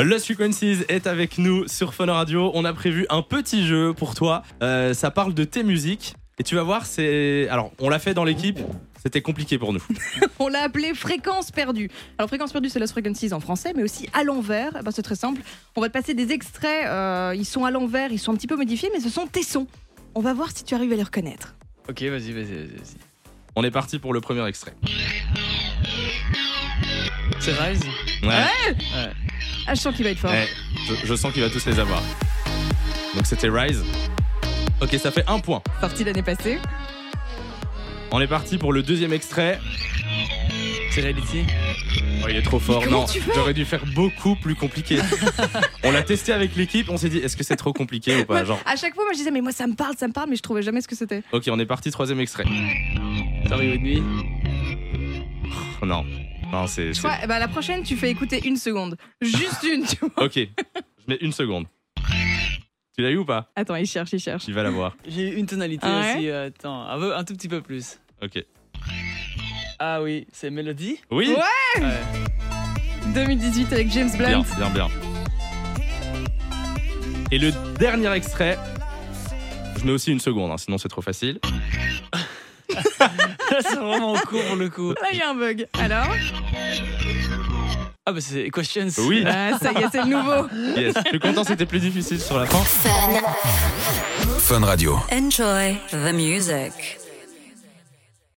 Lost Frequencies est avec nous sur Fun Radio. On a prévu un petit jeu pour toi. Euh, ça parle de tes musiques. Et tu vas voir, c'est. Alors, on l'a fait dans l'équipe. C'était compliqué pour nous. On l'a appelé fréquence perdue. Alors fréquence perdue, c'est Lost Frequencies en français, mais aussi à l'envers. Eh ben, c'est très simple. On va te passer des extraits. euh, ils sont à l'envers, ils sont un petit peu modifiés, mais ce sont tes sons. On va voir si tu arrives à les reconnaître. Ok, vas-y, vas-y, vas-y. vas-y. On est parti pour le premier extrait. C'est Rise Ouais. Ah, je sens qu'il va être fort. Ouais. Je, je sens qu'il va tous les avoir. Donc, c'était Rise. Ok, ça fait un point. Sorti l'année passée. On est parti pour le deuxième extrait. C'est Reality Oh, il est trop fort. comment Non, tu fais j'aurais dû faire beaucoup plus compliqué. on l'a testé avec l'équipe. On s'est dit, est-ce que c'est trop compliqué ou pas Genre, À chaque fois, moi je disais, mais moi ça me parle, ça me parle, mais je trouvais jamais ce que c'était. ok, on est parti troisième extrait. Sorry With Me Oh, non, non, c'est. Tu c'est- vois, eh ben, la prochaine, tu fais écouter une seconde. Juste une, tu vois. Ok, je mets une seconde. Tu l'as eu ou pas Attends, il cherche, il cherche. Tu vas la voir. J'ai eu une tonalité Ah ouais aussi, euh, attends, un, peu- un tout petit peu plus. Ok. Ah oui, c'est Mélodie Oui Ouais. Ouais. 2018 avec James Bien, Blunt. bien, bien. Et le dernier extrait, je mets aussi une seconde, hein, sinon c'est trop facile. c'est vraiment en cours pour le coup. Là, il y a un bug. Alors Ah bah c'est Questions Oui. Ah, Ça y est, c'est le nouveau. Yes, je suis content, c'était plus difficile sur la fin. Enjoy the music.